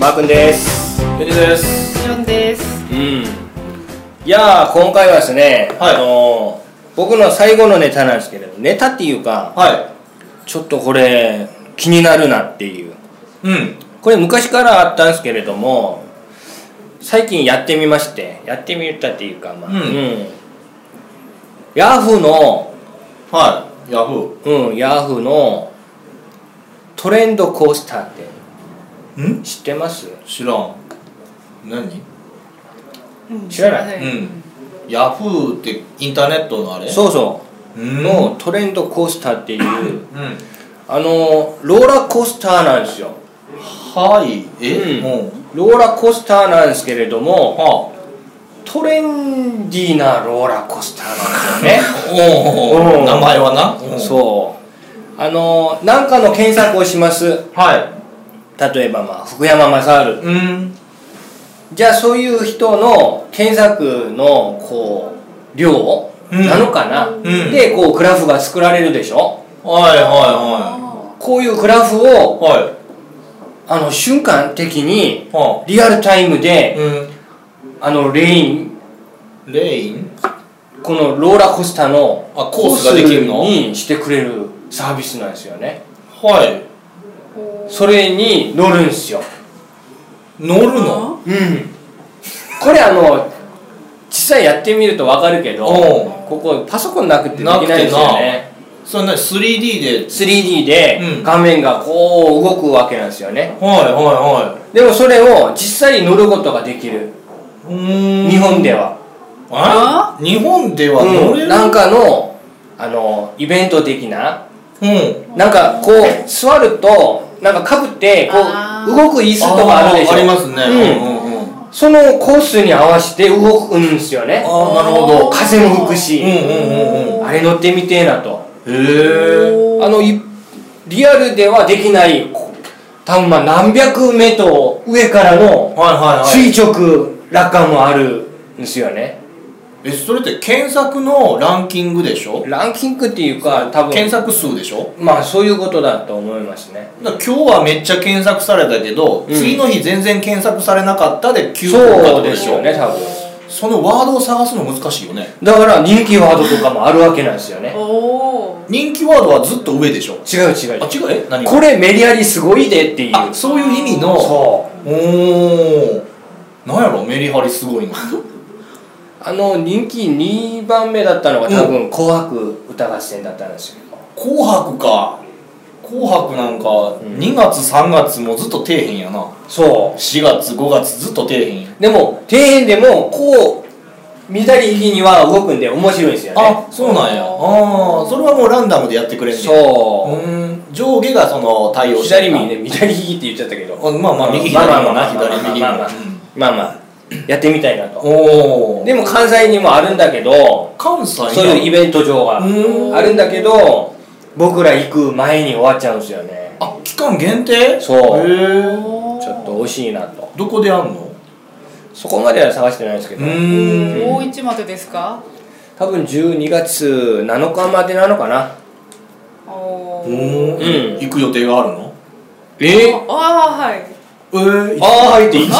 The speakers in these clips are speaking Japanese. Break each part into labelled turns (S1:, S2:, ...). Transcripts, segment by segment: S1: マー君です
S2: ゆりです
S3: ジョンです。
S2: うん
S1: いやー今回はですね、
S2: はい
S1: あのー僕の最後のネタなんですけどネタっていうか
S2: は
S1: ちょっとこれ気になるなっていう
S2: いうん
S1: これ昔からあったんですけれども最近やってみましてやってみたっていうかまあ
S2: うん
S1: ヤフーの
S2: はいヤフ
S1: うんヤフーのトレンドコースターって
S2: ーん
S1: 知ってます
S2: 知らん何
S1: 知らない
S3: は
S2: うんヤフーってインターネットのあれ
S1: そうそうう、
S2: ん
S1: のトレンドコースターっていう
S2: うん
S1: あのローラーコースターなんですよ
S2: はいえ
S1: うん
S2: もう
S1: ローラーコースターなんですけれども
S2: は
S1: トレンディーなローラーコースターなんですよね
S2: お
S1: うん
S2: お名前はなうん
S1: そうあの何かの検索をします
S2: は
S1: 例えばまあ福山雅
S2: い
S1: 治
S2: うん
S1: じゃあそういう人の検索のこう量
S2: うん
S1: なのかな、
S3: うん
S1: でこうグラフが作られるでしょ
S2: はいは
S3: あ
S1: こういうグラフ
S2: い
S1: を
S2: はいは
S1: あの瞬間的に
S2: いは
S1: リアルタイム
S2: あ
S1: で
S2: う
S1: あのレイン
S2: んレイン
S1: このローラーコースターの
S2: あコースができるの
S1: コースにしてくれるサービスなんですよね
S2: はい
S1: それに乗るんですよ
S2: 乗るの
S1: うんこれあの実際やってみると分かるけど
S2: おう
S1: ここパソコンなくてできないんですよね
S2: それ何 3D で
S1: 3D で
S2: うん
S1: 画面がこう動くわけなんですよね
S2: はいは
S1: でもそれを実際に乗ることができる
S2: いはいうーん
S1: 日本では、
S2: あ日本では乗
S1: う
S2: れる
S1: ん、なんかのあのイベント的な
S2: うん
S1: なんかこう座るとなんかかぶってこ
S3: あ
S1: う
S3: ー
S1: 動く椅子とかあるでしょ
S2: ありますね。
S1: うん
S2: うんうんうん。
S1: そのコースに合わせて動くんですよね
S2: ああ、なるほど。
S1: 風も吹く
S2: うんう
S1: し、
S2: んうんうん。へ
S1: あれ乗ってみてえなと
S2: え。
S3: おー
S1: あのいリアルではできないこう多分まあ何百メートル上からの
S2: はいはいはい。
S1: 垂直落下もあるんですよね
S2: え、それって検索のランキングでしょ
S1: ランキングっていうか多
S2: 検
S1: 分
S2: 索数でしょ
S1: まあそういうことだと思いますね
S2: だから今日はめっちゃ検索されたけど、
S1: うん
S2: 次の日全然検索されなかったで急降下っ
S1: そ
S2: てこ
S1: う
S2: と
S1: で
S2: で
S1: し
S2: し
S1: ょう
S2: ょ
S1: ね多分
S2: そのワードを探すの難しいよね。
S1: だから人気ワードとかもあるわけなんですよね
S3: おー
S2: 人気ワードはずっと上でしょ
S1: 違う違う
S2: あ、違うえ何
S1: これメリアリすごいでっていう
S2: あ、そういう意味の。
S1: そう
S2: おー。なんやろメリハリすごいの。
S1: あの人気2番目だったのが多分「紅白歌合戦」だったんですけど、
S2: 紅白か紅白なんか
S1: ん
S2: 2月3月もずっと底辺やな
S1: そ
S2: 4月5月ずっと底辺や
S1: うでも底辺でもこう見たり意義には動くんで面白いんですよね
S2: あそうなんやああそれはもうランダムでやってくれんねう
S1: そう
S2: うん上下がその対応
S1: 左右
S2: ね
S1: ね左利きって言っちゃったけど
S2: まあまあ右
S1: まあ
S2: 左
S1: まあ
S2: も
S1: ま
S2: な
S1: あまあ
S2: 左右
S1: まあまあまあまあまあやってみたいなと
S2: おお
S1: でも関西にもあるんだけど
S2: 関西
S1: そういうイ
S2: ベン
S1: ベント場が
S2: うん
S1: あるんだけど僕ら行く前に終わっちゃうんですよね
S2: あ期間限定
S1: そう
S2: へえ
S1: ちょっと惜しいなと
S2: どこでやんの
S1: そこまでは探してないんですけ
S2: う
S1: ど
S2: ーん
S3: 大一までですか。
S1: 多分12月7日までなのかな
S3: お
S2: お
S3: お
S2: ー
S1: うん
S2: 行く予定があるの
S1: え
S3: ああはい。
S2: えーい
S1: ああ入っていい
S2: つ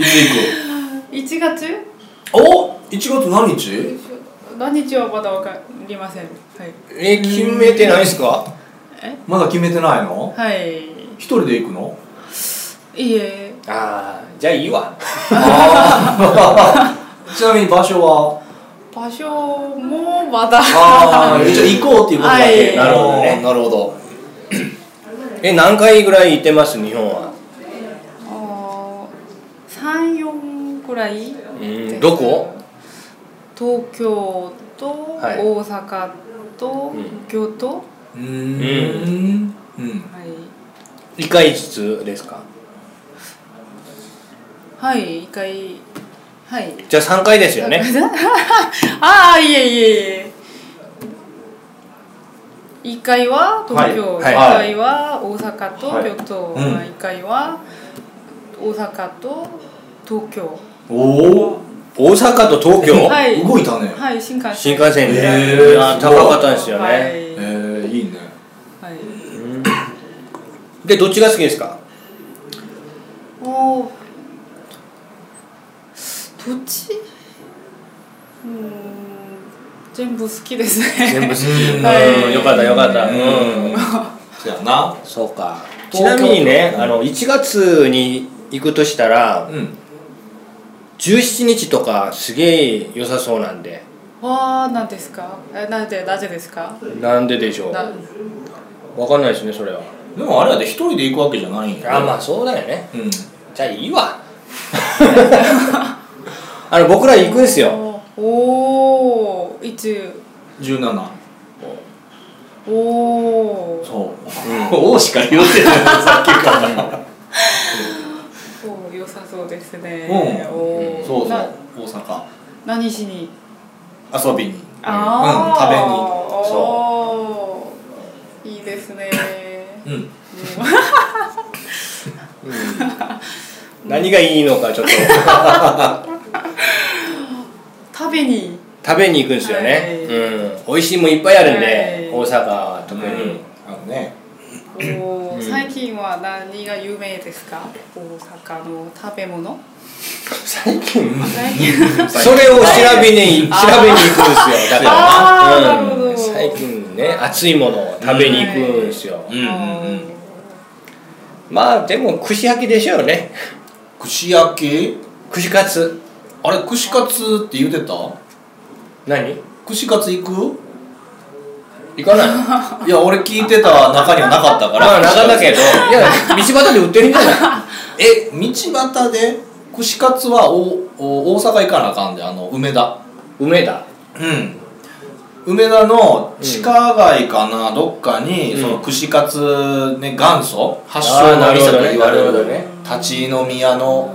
S2: 行く
S3: 一月？
S2: お1月何日
S3: 何日はまだわかりません。はい。
S1: え決めてないですか
S2: まだ決めてないの
S3: はい。
S2: 一人で行くの
S3: いいえ。
S1: ああじゃあいいわ
S2: ちなみに場所は
S3: 場所もまだ。
S2: ああ一応行こうっていうことだ
S3: は
S2: け
S3: い
S2: なるほど
S1: お
S2: ね
S1: ー
S2: なるほど
S1: え何回ぐらい行ってます日本は
S3: あー三四くらい。
S1: うんどこ？
S3: 東京と
S1: はい
S3: 大阪と
S1: うん
S3: 京都。は
S2: うーんうん
S3: い。
S1: 1回ずつですか
S3: はい、一回。はい。
S1: じゃあ3回ですよね
S3: ああ、いえいえいえ。一回は東
S1: は
S3: 京、
S1: い
S3: 一
S2: はい
S3: 回は大阪
S2: は
S3: と
S2: い
S3: 京都、
S2: うん
S3: まあ一回は大阪と東京。
S2: おお
S1: 大阪と東京、
S3: はい
S2: 動いたね
S3: はい、新幹線。
S1: 新幹線で、
S2: へー
S1: いやー
S2: すごい
S1: 高かったんですよね、
S2: えーいいね
S3: はい。はい。
S1: でどっちが好きですか
S3: プチうーん全部好きです
S1: 全部
S3: ね
S1: 好き
S2: う
S1: うんんよかったよかったうん
S2: そうやな
S1: そうかちな
S4: 東京都
S1: みにねあの1月に行くとしたら
S2: うん
S1: 17日とかすげえ良さそうなんで
S3: わ あなんですかえなんでなぜですか
S1: なんででしょう
S3: な
S1: わかんないですねそれは
S2: でもあれやで一人で行くわけじゃないんや
S1: あまあそうだよね
S2: うん
S1: じゃあいいわ あの僕ら行くんですよ
S3: おおいつ
S2: 17
S3: おお
S2: そう 王しか言うてないさっきから
S3: お良さそうですね
S2: うん
S3: おお
S2: そうそう
S3: な
S2: 大阪
S3: 何しに
S2: 遊びに
S3: あ
S2: 食べに
S3: そうんいいですね
S2: うん
S1: 何がいいのか ちょっと
S3: 食べに
S1: 食べに行くんですよね、
S3: はい
S1: うん美味しいもんいっぱいあるんで、
S3: はい
S1: 大阪は特に、
S2: うんあのね
S3: お
S1: う
S3: ー
S1: ん
S3: 最近は何が有名ですか大阪の食べ物
S1: 最近
S3: 最近
S1: それを調べに調べに行くんですよだ
S3: あー
S1: から
S3: なるほど
S1: 最近ね熱いものを食べに行くんですよ、
S2: うんうんうん
S1: まあでも串焼きでしょうね
S2: 串焼き
S1: 串カツ
S2: あれ串カツって言うてた
S1: 何
S2: 串カツ行く
S1: 行 かない
S2: いや俺聞いてた中にはなかったから
S1: まあなかだけどいや道端で売ってるんじゃない
S2: え道端で串カツはおお大阪行かなあかんであの梅田
S1: 梅田
S2: うん梅田の地下街かな、どっかに、その串カツ、ね、元祖発祥の店と言われ
S1: あーなるほど
S2: る
S1: ね
S2: 立ち飲み屋の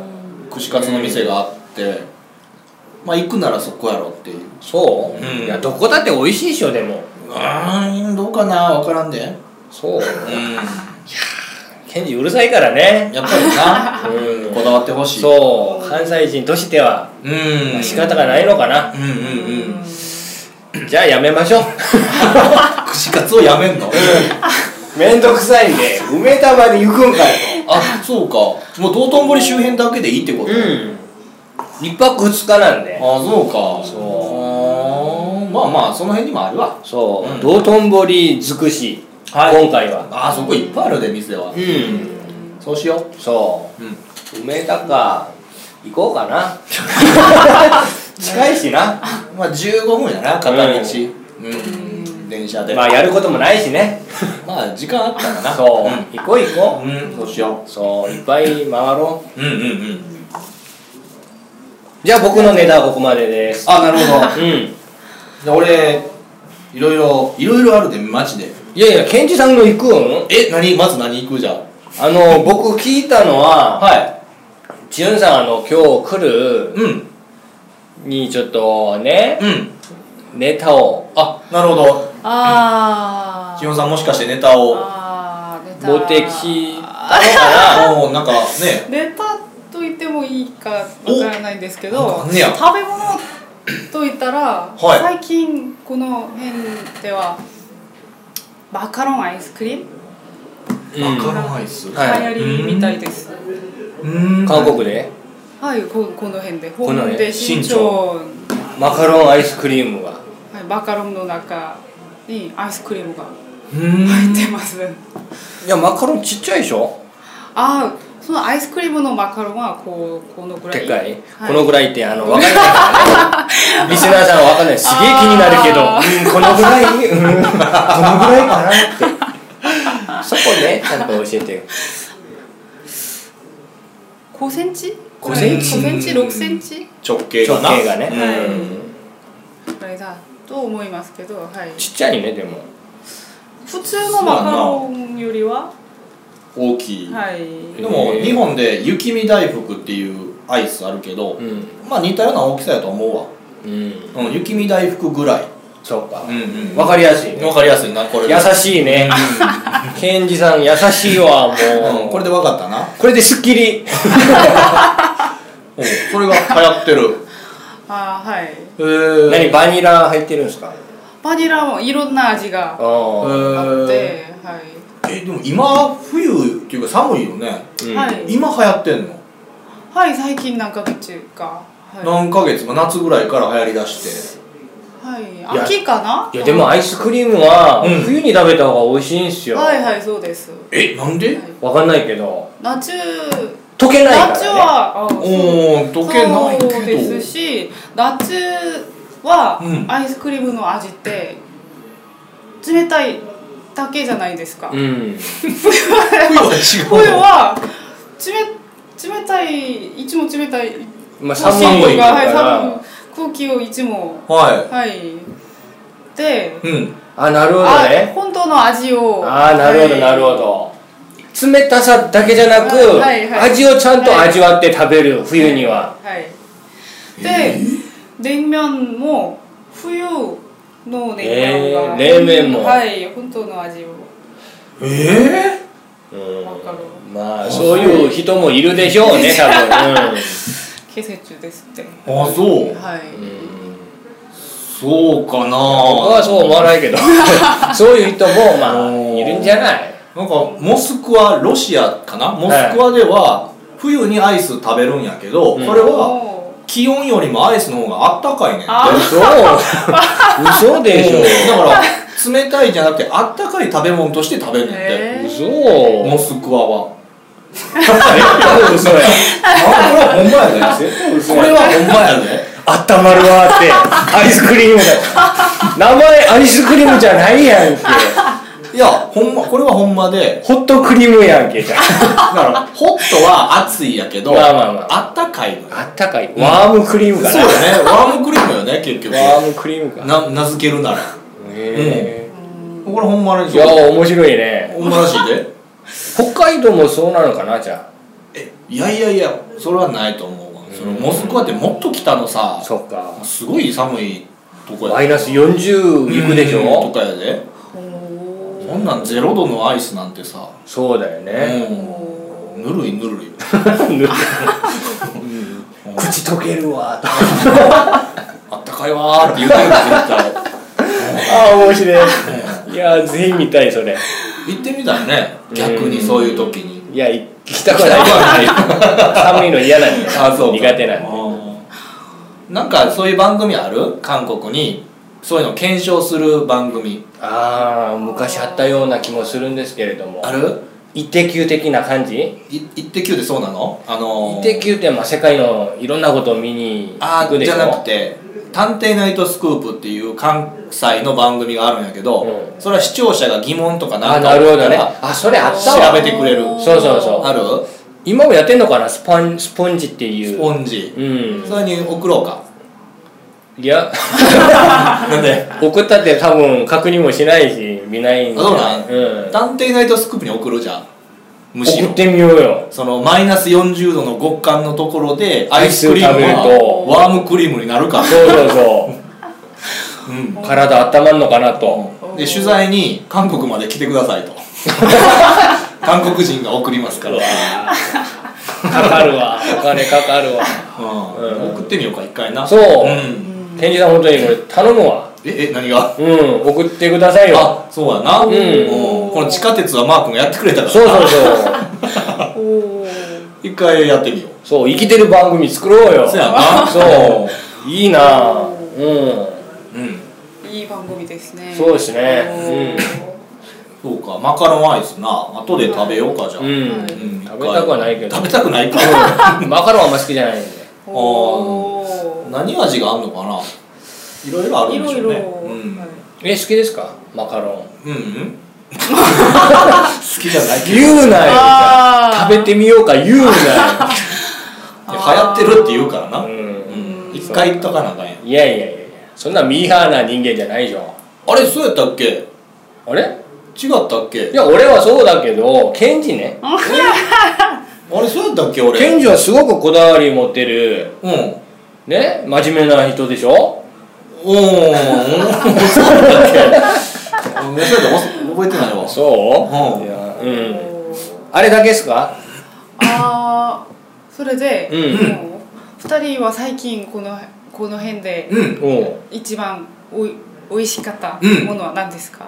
S2: 串カツの店があって、まあ行くならそこやろっていう
S1: そう、
S2: うん
S1: いやどこだって美味しいでしょでも
S2: うーんどうかな分からんで
S1: そう
S2: うん
S1: ケンジうるさいからね
S2: やっぱりな、
S1: うん
S2: こだわってほしい
S1: そう関西人としては
S2: ううん
S1: 仕方がないのかな
S2: うんうんうん
S1: じゃあやめましょう
S2: 串カツをやめんの
S1: めんどくさいんで梅田まで行くんかい
S2: あそうかもう道頓堀周辺だけでいいってこと、
S1: うん一泊二日なんで
S2: あそうか
S1: そう
S2: うまあまあその辺にもあるわ
S1: そう、
S2: うん
S1: 道頓堀尽くし、
S2: はい
S1: 今回は
S2: あそこいっぱいあるで店は、
S1: うん
S2: そうしよ
S1: そ
S2: うん
S1: う梅田か行こうか な近いしな
S2: まあ15分やな片道
S1: うん
S2: うん、電車で
S1: ま
S2: ま
S1: あやることもないしね
S2: あ時間あったらな
S1: そう、
S2: ん
S1: 行こう行こう、
S2: うん、そうしよ
S1: そういっぱい回ろう
S2: ううんうんうん
S1: じゃあ僕のネタはここまでです
S2: あなるほ
S1: う
S2: ど
S1: ん
S2: で俺いろいろいろいろあるでマジで
S1: いやいやケンジさんの行くん
S2: え何まず何行くじゃ
S1: あの僕聞いたのは
S2: あは
S1: じゅんさんあの今日来る
S2: いうん
S1: にちょっとね
S2: うん
S1: ネタを
S2: あなるほど
S3: あ
S2: 千
S3: ー
S2: 穂さんもしかしてネタを
S3: あーネタ
S1: 持ってき
S3: あ
S2: もうなんかね
S3: ネタと言ってもいいかわからないんですけ
S2: おなんか
S3: ど
S2: あんね
S3: 食べ
S2: や
S3: 物と言ったら、
S2: はい
S3: 最近この辺ではマカロンアイスクリーム
S2: マカロンアイス、
S1: ん
S3: 流
S1: はい
S3: 行りみたいです、
S2: うん
S1: 韓国で
S3: はい、ここの辺で
S1: この辺
S3: 本で
S2: 新
S3: 新
S2: 潮
S3: 潮
S1: マカロンアイスクリームが
S3: はい、マカロンの中にアイスクリームが
S2: うん
S3: 入ってます、
S1: いやマカロンちっちゃいでしょ
S3: あーそのアイスクリームのマカロンはこうこのぐらい
S1: でっかい、
S3: はい
S1: このぐらいってあの分かんないからねリスナーさんは分かん ないすげえ気になるけど、
S3: あ
S1: うん、このぐら い、うん、このぐらいかなってそこねちゃんと教えてよ
S3: 5センチ
S1: 5センチ
S3: 5センチ6センチ
S2: 直径
S1: 直
S2: がな
S1: 径がね、
S3: はい
S1: うん、
S3: ぐらいだと思いますけど、はい、
S1: ちっちゃいねでも
S3: 普通のマカロンよりは、
S2: 大きい、
S3: はい、
S2: でも
S1: へー
S2: 日本で雪見大福っていうアイスあるけど、
S1: うん、
S2: まあ似たような大きさやと思
S1: う
S2: う
S1: ん、
S2: わ、うん、雪見大福ぐらい、
S1: そうか、
S2: ん
S1: 分かりやすいね
S2: わかりやすいなこれ
S1: 優しいねケンジさん優しいわもう、
S2: うん、これでわかったな
S1: これでスッキリ
S2: おそれが流行ってる
S3: あーはい
S2: へ
S1: 何バニラ入ってるんですか
S3: バニラもいろんな味
S1: あ
S3: が
S1: ー
S3: あ
S2: ー
S3: って、はい、
S2: えでも今冬っていうか寒いよね
S1: うん
S3: はい
S2: 今流行ってんの
S3: はい、最近何ヶ月かは
S2: 何ヶ月も夏ぐらいから流行りだして
S3: い、はい、秋かない
S1: やでもアイスクリームは
S2: うん
S1: 冬に食べた方が美味しいんすよ、
S3: はいはいそうです
S2: えなんで
S1: わかんないけど
S3: 夏
S1: 溶けないから、ね、
S3: 夏はあそう
S2: おお溶けない
S3: そうです
S2: け
S3: し夏は
S2: うん
S3: アイスクリームの味って冷たいだけじゃないですか、
S1: うん
S2: ど冬
S3: これ
S2: は
S3: は冷冷たいいつも冷たい
S1: まあ
S3: 空
S1: 寒
S3: 気
S1: いか
S3: がはい
S1: ら
S3: 寒い空気をいつも
S2: 違うは
S3: はいで、
S2: いうん
S1: あなるほど
S3: あ
S1: ね
S3: 本当の味を
S1: ああなるほど
S3: はい
S1: なるほど冷たさだけじゃなく、
S3: はいはい
S1: 味をちゃんと味わって食べる冬には、
S3: はいで冷麺も冬の冷麺
S1: えー
S3: が、
S1: 冷麺も
S3: はい本当の味を
S2: え
S1: うん
S3: わかる
S1: まあそういう人もいるでしょうね多 分、
S3: 季節ですって
S2: えあそう
S3: はい、
S1: うんうん
S2: そうかな
S1: 僕はそう思わないけ どそういう人もまあ
S2: おー
S1: いるんじゃない
S2: なんかモスクワロシアかなモスクワでは冬にアイス食べるんやけど、
S1: うん
S2: それは
S3: おー
S2: 気温よりもアイスの方があったかいねん
S3: あ
S1: 嘘嘘でしょ
S2: だから冷たいじゃなくてあったかい食べ物として食べるんだ
S3: へ
S2: よ
S3: ー
S1: 嘘
S2: モスクワは
S1: 絶対嘘や
S2: あこれはほんまやで
S1: 絶対嘘
S2: これ
S1: や
S2: はほんまやで
S1: あったまるわーってアイスクリームだ名前アイスクリームじゃないやんけ
S2: いやほんまこれはほんまで
S1: ホットクリームやんけじゃん
S2: だからホットは暑いやけど
S1: まあまあま
S2: あったかいのよ
S1: あったかいワームクリーム
S2: そう
S1: かな
S2: だねワームクリームよね結局
S1: ワームクリームか
S2: な名付けるなら
S1: へ
S2: これほんまら
S1: え
S2: し
S1: い
S2: い
S1: や面白いね
S2: ほんまらしいで
S1: 北海道もそうなのかなじゃ
S2: えいやいやいやそれはないと思うわその
S1: うん
S2: モスクワってもっと北のさ
S1: あそっか
S2: すごい寒いとこや
S1: マイナス40いくでし
S2: うん
S1: ょ
S2: とかやで
S3: お
S2: こんなんゼロ度のアイスなんてさ
S1: そうだよね
S2: うんぬるいぬる い
S1: 口溶けるわとか
S2: あったかいわーって言うたよ絶
S1: ああ面白いいやーぜひ見たいそれ
S2: 対行ってみたいね逆にそういう時に
S1: いや行きたくない 寒いの嫌なんだよ苦手なんで
S2: うんなんかそういう番組ある韓国にそういうの検証する番組
S1: ああ昔あったような気もするんですけれども
S2: ある
S1: 一定級的な感じ
S2: いイッテ Q ってそうなのあのー
S1: 一定級ってまあ世界のいろんなことを見に
S2: あ
S1: 行く
S2: ー
S1: で
S2: じ
S1: し
S2: ゃなく
S1: ょ
S2: て「探偵ナイトスクープ」っていう関西の番組があるんやけど、
S1: う
S2: それは視聴者が疑問とかな
S1: あ
S2: んか
S1: なるほどね
S2: あったら
S1: あそれあった
S2: 調
S1: わ
S2: べてくれる
S1: そうそうそう
S2: ある
S1: 今もやってんのかなスポンスポンジってい
S2: ス
S1: う
S2: ポンジ
S1: うん
S2: それに送ろうか
S1: いや
S2: なんで
S1: 送ったって多分確認もしないし見ないんじゃ
S2: あそ
S1: うん
S2: 探偵ナイトスクープに送るじゃんむし
S1: 送
S2: ろ
S1: ってみようよ
S2: そのマイナス40度の極寒のところで
S1: ア
S2: ア
S1: イ
S2: イ
S1: ス
S2: ス
S1: を
S2: ク
S1: 食べ
S2: リ
S1: る
S2: ー
S1: と
S2: ムはワームクリームになるか、
S1: そうそうそうう体温まんのかな と
S2: ん、で取材に韓国まで来てく ださいと韓国人が送りますから、
S1: かかるわお金かかるわ
S2: うん送ってみようか一回な
S1: そう
S2: うん、
S1: 天示さん本当にこれ頼むわ
S2: ええ何が
S1: うん送ってくださいよ
S2: あそうやな、
S1: ん
S2: うんこの地下鉄はマー君がやってくれたから
S1: そうそうそう
S3: ーおー
S2: 一回やってみよう
S1: そう生きてる番組作ろうよ
S2: そうや な
S1: そういいなうん
S2: うん
S3: いい番組ですね
S1: そうですね
S2: そうかマカロンアイスな後で食べようかじゃあ
S1: うん、
S2: うん
S1: うん、
S2: 一
S1: 食
S2: 回
S1: べたくはないけど
S2: 食べたくないか
S1: マカロンあんま好きじゃないんで
S3: おお
S2: 何味があんのかないろいろある
S3: い
S2: んで
S3: ろ
S2: し
S3: い
S2: ょう
S3: ろ
S2: ね
S3: はい
S1: え好きですかマカロン
S2: うん、うんうん好きじゃないけど流
S1: 言うなよ
S3: あー
S1: 食べてみようか言うなよ、
S2: 行ってるって言うからな、
S1: う
S2: うん
S1: ん
S2: 一回行っとかなあかんやん
S1: いやいやいやいやそんなミーハーな人間じゃないでしょ
S2: あれそうやったっけ違っ
S1: あれ
S2: たっけ
S1: いや俺はそうだけどケンジね
S2: あれそうやったっけ俺
S1: ケンジはすごくこだわり持ってる
S2: うんうん
S1: ね真面目な人でしょ
S2: おーそうだっけうんそうやった覚えてないわ
S1: そう
S2: うん
S1: いやうんあれだけですか
S3: あーそれで、
S1: うん
S3: もう二人は最近このこの辺で
S2: うん
S1: うん
S3: 一番おい美味しかった
S2: うん
S3: ものは何ですか、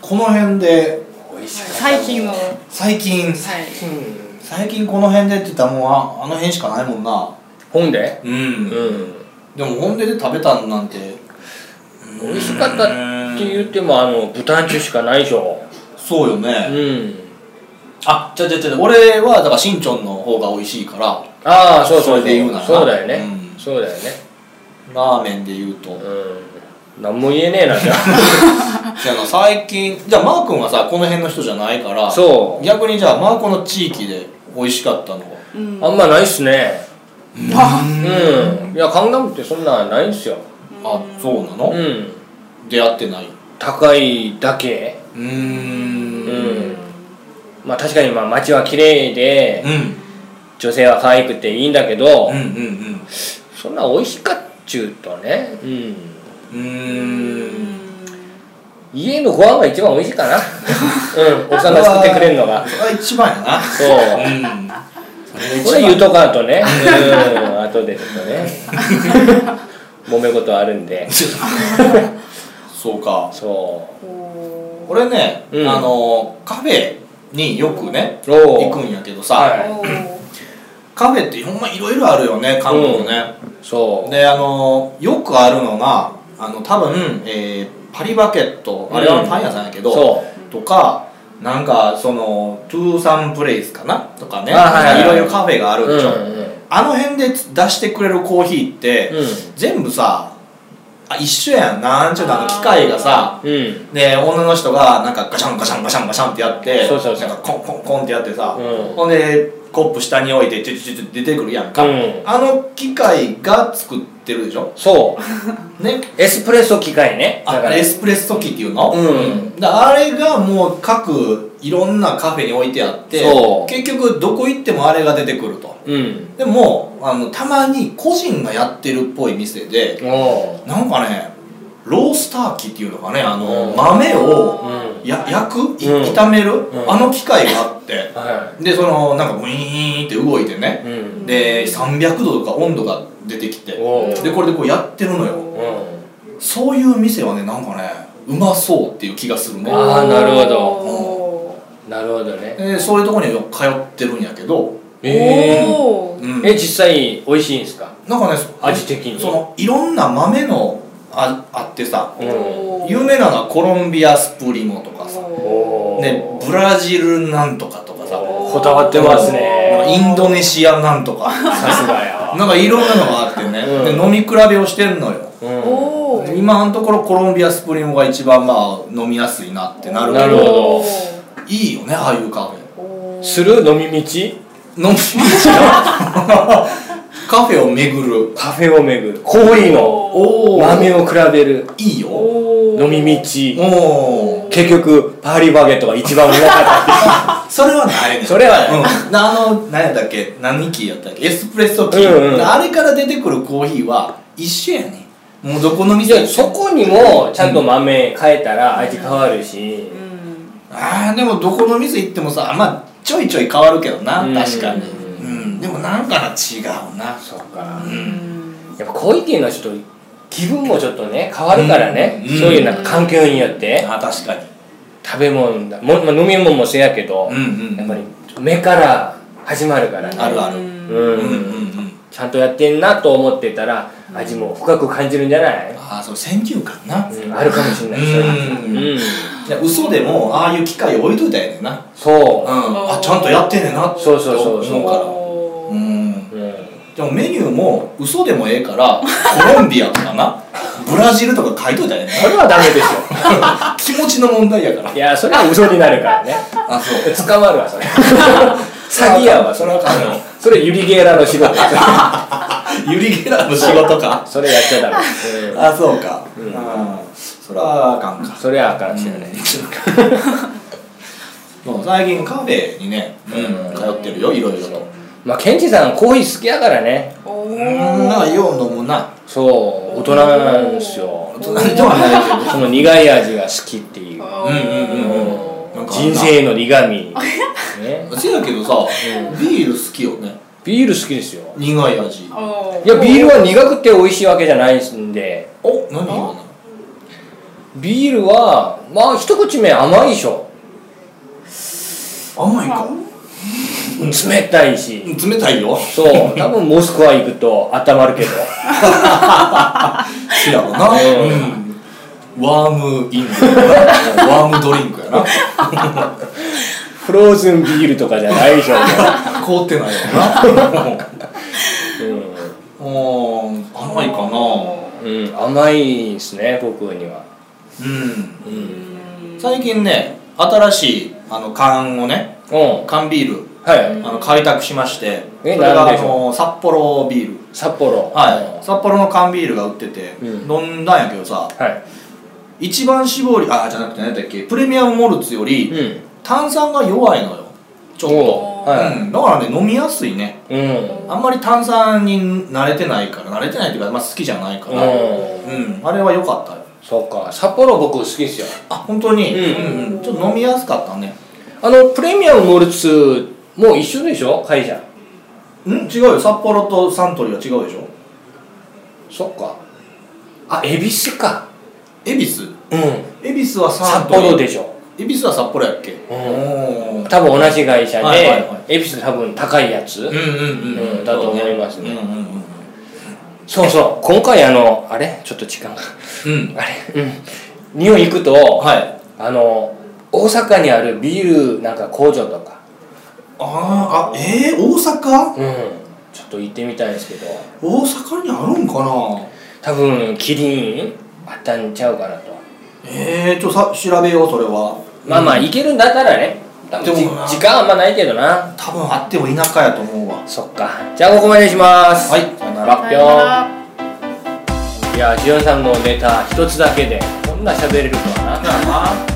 S2: この辺で
S1: 美味しかった
S3: 最近の、は
S2: 最近
S3: い、
S1: うん
S2: 最近この辺でって言ったらもうああの辺しかないもんな
S1: 本で
S2: うん、
S1: うん
S2: でも本音で食べたんなんて
S1: 美味しかったって言ってもあの豚肉しかないでしょ
S2: そうよね、
S1: うん
S2: あじゃあじゃあじゃあ俺はだから新ちょんの方が美味しいから
S1: ああそうそう
S2: それで言うなら
S1: そうだよね
S2: うん
S1: そうだよね
S2: ラーメンで言うと、
S1: うん何も言えねえなじゃ
S2: じゃあ最近じゃあマー君はさこの辺の人じゃないから
S1: あそう
S2: 逆にじゃあマー君の地域で美味しかったのは
S3: うん
S1: あんまないっすね
S3: あ
S1: うんいやカンガムってそんなないんすよ
S2: あそうなの、
S1: うん
S2: 出会ってないう
S1: 高いだけ
S2: ーん
S1: うんまあ確かにまあ街は綺麗で
S2: うん
S1: 女性は可愛くていいんだけど
S2: うんうん
S1: そんな美味しかっちゅうとねうん
S2: うんうん
S1: 家のご飯が一番美味しい かなうんおっさんが作ってくれるのが
S2: それが一番やな
S1: そう
S2: うん
S1: これ言うとかんとねうん後でちょっとね 揉め事あるんで
S2: そうか
S1: そ
S3: お
S2: 俺ね、
S1: うん
S2: あのカフェによくね
S1: うおう
S2: 行くんやけどさ、
S1: はい
S3: お
S2: カフェってほんまいろいろあるよね韓国ね、
S1: そう
S2: であのよくあるのがあの多分、えーパリバケットあれはパン屋さんやけど、
S1: そ
S2: とかなんかそのトゥーサンプレイスかなとかね
S1: あはいはい
S2: いろいろカフェがあ
S1: う
S2: る
S1: うん
S2: で
S1: ん
S2: しょ、
S1: うん
S2: あの辺で出してくれるコーヒーって、全部さあ一緒やんなんちゅうのあの機械がさ
S1: うんうん
S2: で女の人がなんかガシャンガシャンガシャンガシャンってやって
S1: そうそうそう
S2: なんかコンコンコンってやってさ、
S1: うん
S2: ほんでコップ下に置いてチュチュチュチュ出てくるやんか、
S1: うん
S2: あの機械が作ってるでしょ
S1: そう
S2: ね
S1: エスプレッソ機械ね
S2: あ
S1: だから
S2: エスプレッソ機っていうの、
S1: うん
S2: だからあれがもう各いろんなカフェに置いてあって
S1: そう
S2: 結局どこ行ってもあれが出てくると
S1: うん
S2: でもあのたまに個人がやってるっぽい店で
S1: おう
S2: なんかねロースター機っていうのかねあの、
S1: うん
S2: 豆を
S1: うん
S2: や焼く、い
S1: うん
S2: 炒める、
S1: うん
S2: あの機械があって
S1: は
S2: でそのなんかウィーンって動いてね
S1: いうん
S2: で300度とか温度が出てきて
S1: おう
S2: でこれでこうやってるのよ
S1: う
S2: そういう店はねなんかねうまそうっていう気がするね
S1: あーなるほど
S3: お
S1: んなるほどね
S2: でそういうとこにはよく通ってるんやけど、
S3: ー
S1: え
S3: おー
S2: うん
S1: え実際美味しいんですか
S2: なんかね
S1: 味的に
S2: そのいろんな豆のああってさ
S1: うん
S3: おー
S2: 有名なのはコロンビアスプリモとかさ、
S1: お
S2: ね、ブラジルなんとかとかさ
S3: おー
S1: こだわってますね
S2: インドネシアなんとか
S1: さすがや
S2: なんかいろんなのがあってね、
S1: うん
S2: で飲み比べをしてんのよ
S1: うん
S3: おー
S2: 今のところコロンビアスプリモが一番まあ飲みやすいなってなるけ
S1: なるほど
S2: いいよねああいうカフェ
S3: おー
S1: する飲み道
S2: 飲み道がカフェを巡る
S1: カフェを巡るコーヒーの
S2: おー
S1: 豆を比べる
S2: いいよ
S3: おー
S1: 飲み道
S2: おー
S1: 結局パーリーバゲットが一番うまか ったっ
S2: それはないね
S1: それはない
S2: うん、なあの何やったっけ何キーやったっけエスプレッソキー、
S1: うんうん
S2: あれから出てくるコーヒーは一緒やねもうどこ
S1: ていう
S2: の
S1: い
S2: 店
S1: やそこにもちゃんと豆変えたら味変わるし
S3: うん
S2: あーでもどこの店行ってもさまあちょいちょい変わるけどな
S1: うん
S2: 確かに
S1: う
S2: うんでもなんかな違うな
S1: そうか
S3: うん
S1: やっぱコーヒーっていうのはちょっと気分もちょっとね変わるからね、
S2: うん
S1: そういうなんか環境によって
S2: あ確かに
S1: 食べ物だも、まあ、飲み物もせやけど、
S2: うんうん
S1: やっぱり目から始まるからね
S2: あるある
S1: う
S2: うん
S1: ん、
S2: うんうん
S1: ちゃんとやってんなと思ってたら味も深く感じるんじゃない、
S2: ああそう先入観な
S1: うん、あるかもしれないそれ
S2: うん
S1: うん
S2: いや嘘でもああいう機械置いといたらええねんなうん
S1: そ
S2: あちゃんとやってんねんなって
S1: そうそうそうそう
S2: 思うから
S3: お
S2: う
S3: ー
S2: ん
S1: う、うん
S2: でもメニューも嘘でもええからコロンビアとかな ブラジルとか書いといたらえ
S1: それはダメ でし
S2: えねんな気持ちの問題やから
S1: ょいやそれは嘘になるからね
S2: あそう
S1: 捕まるわそれ 詐欺やわそれは
S2: あの
S1: それユリゲーラの 仕事
S2: ユリ・ゲラーの仕事か
S1: それやっちゃダメ、うん
S2: あそうか
S1: うん
S2: あーそりゃあかんか
S1: それはあかんしね、
S2: もう最近カフェにね、
S1: うん
S2: 通ってるよいろいろと
S1: まあケンジさんコーヒー好きやからね
S3: お
S2: う
S3: ー
S2: んなんかよう飲むな
S1: そう大人なんですよ
S2: 大人ではない
S1: その苦い味が好きっていう
S3: おー
S2: うんうんうんうんなんか
S1: 人生の苦み、ね
S2: け、どせやけどさビール好きよね
S1: ビール好きですよ
S2: 苦い味
S3: お
S1: いやビールは苦くて美味しいわけじゃないんで
S2: お何今の
S1: ビールはまあ一口目甘いでしょ
S2: 甘いか
S1: 冷たいし
S2: 冷たいよ
S1: そう多分モスクワ行くと温まるけど
S2: そうやろ な、
S1: うん
S2: うん、ワームインワームドリンクやな
S1: フローズンビールとかじゃないでしょ
S2: 凍ってないよな
S1: う
S2: うん甘いかな
S1: うん、うん、甘いですね僕には
S2: うん
S1: うんうん
S2: 最近ね新しいあの缶をね缶ビール
S1: はい
S2: あの開拓しましてそ
S1: え
S2: れが
S1: な
S2: あ
S1: んでしょう
S2: の札幌ビール
S1: 札幌
S2: はい札幌の缶ビールが売ってて
S1: うん
S2: 飲んだんやけどさ
S1: はい
S2: 一番搾りあじゃなくて何だっけプレミアムモルツより
S1: うん
S2: 炭酸が弱いのよちょっと
S1: おうは
S2: うんだからね飲みやすいね
S1: いうん
S2: あんまり炭酸に慣れてないから慣れてないっていうか、まあ、好きじゃないから
S1: う
S2: うんあれは良かったよ
S1: そうか札幌僕好きですよ
S2: あ本当に
S1: うん
S2: うんうんちょっと飲みやすかったね
S1: あのプレミアムモルツもう一緒でしょ会社
S2: ん違うよ札幌とサントリーは違うでしょ
S1: そっかあ恵比寿か
S2: 恵比寿
S1: うん
S2: 恵比寿はサ
S1: 札
S2: ントリー
S1: 幌でしょ
S2: 恵比寿は札幌やっけ
S1: うん
S2: おー
S1: 多分同じ会社
S2: はいはい
S1: で
S2: は
S1: 恵比寿多分高いやつ
S2: うんうんうん、
S1: うんだと思いますね
S2: うんうんうん
S1: そうそう今回あのあれちょっと時間が
S2: うん
S1: あれうん日本行くと
S2: はい
S1: あの大阪にあるビールなんか工場とか
S2: あーあえー、大阪
S1: うんちょっと行ってみたいんですけど
S2: 大阪にあるんかな
S1: 多分キリンあったんちゃうかなと
S2: えー、ちょさ調べようそれは
S1: まあまあ行けるんだったらね多分じ
S2: でもな
S1: 時間あんまないけどな
S2: 多分あっても田舎やと思うわ
S1: そっかじゃあここまでにします
S2: はいさよなら
S1: ラッピョーいやジオンさんのネタ一つだけでこんな喋れるとはな
S2: だな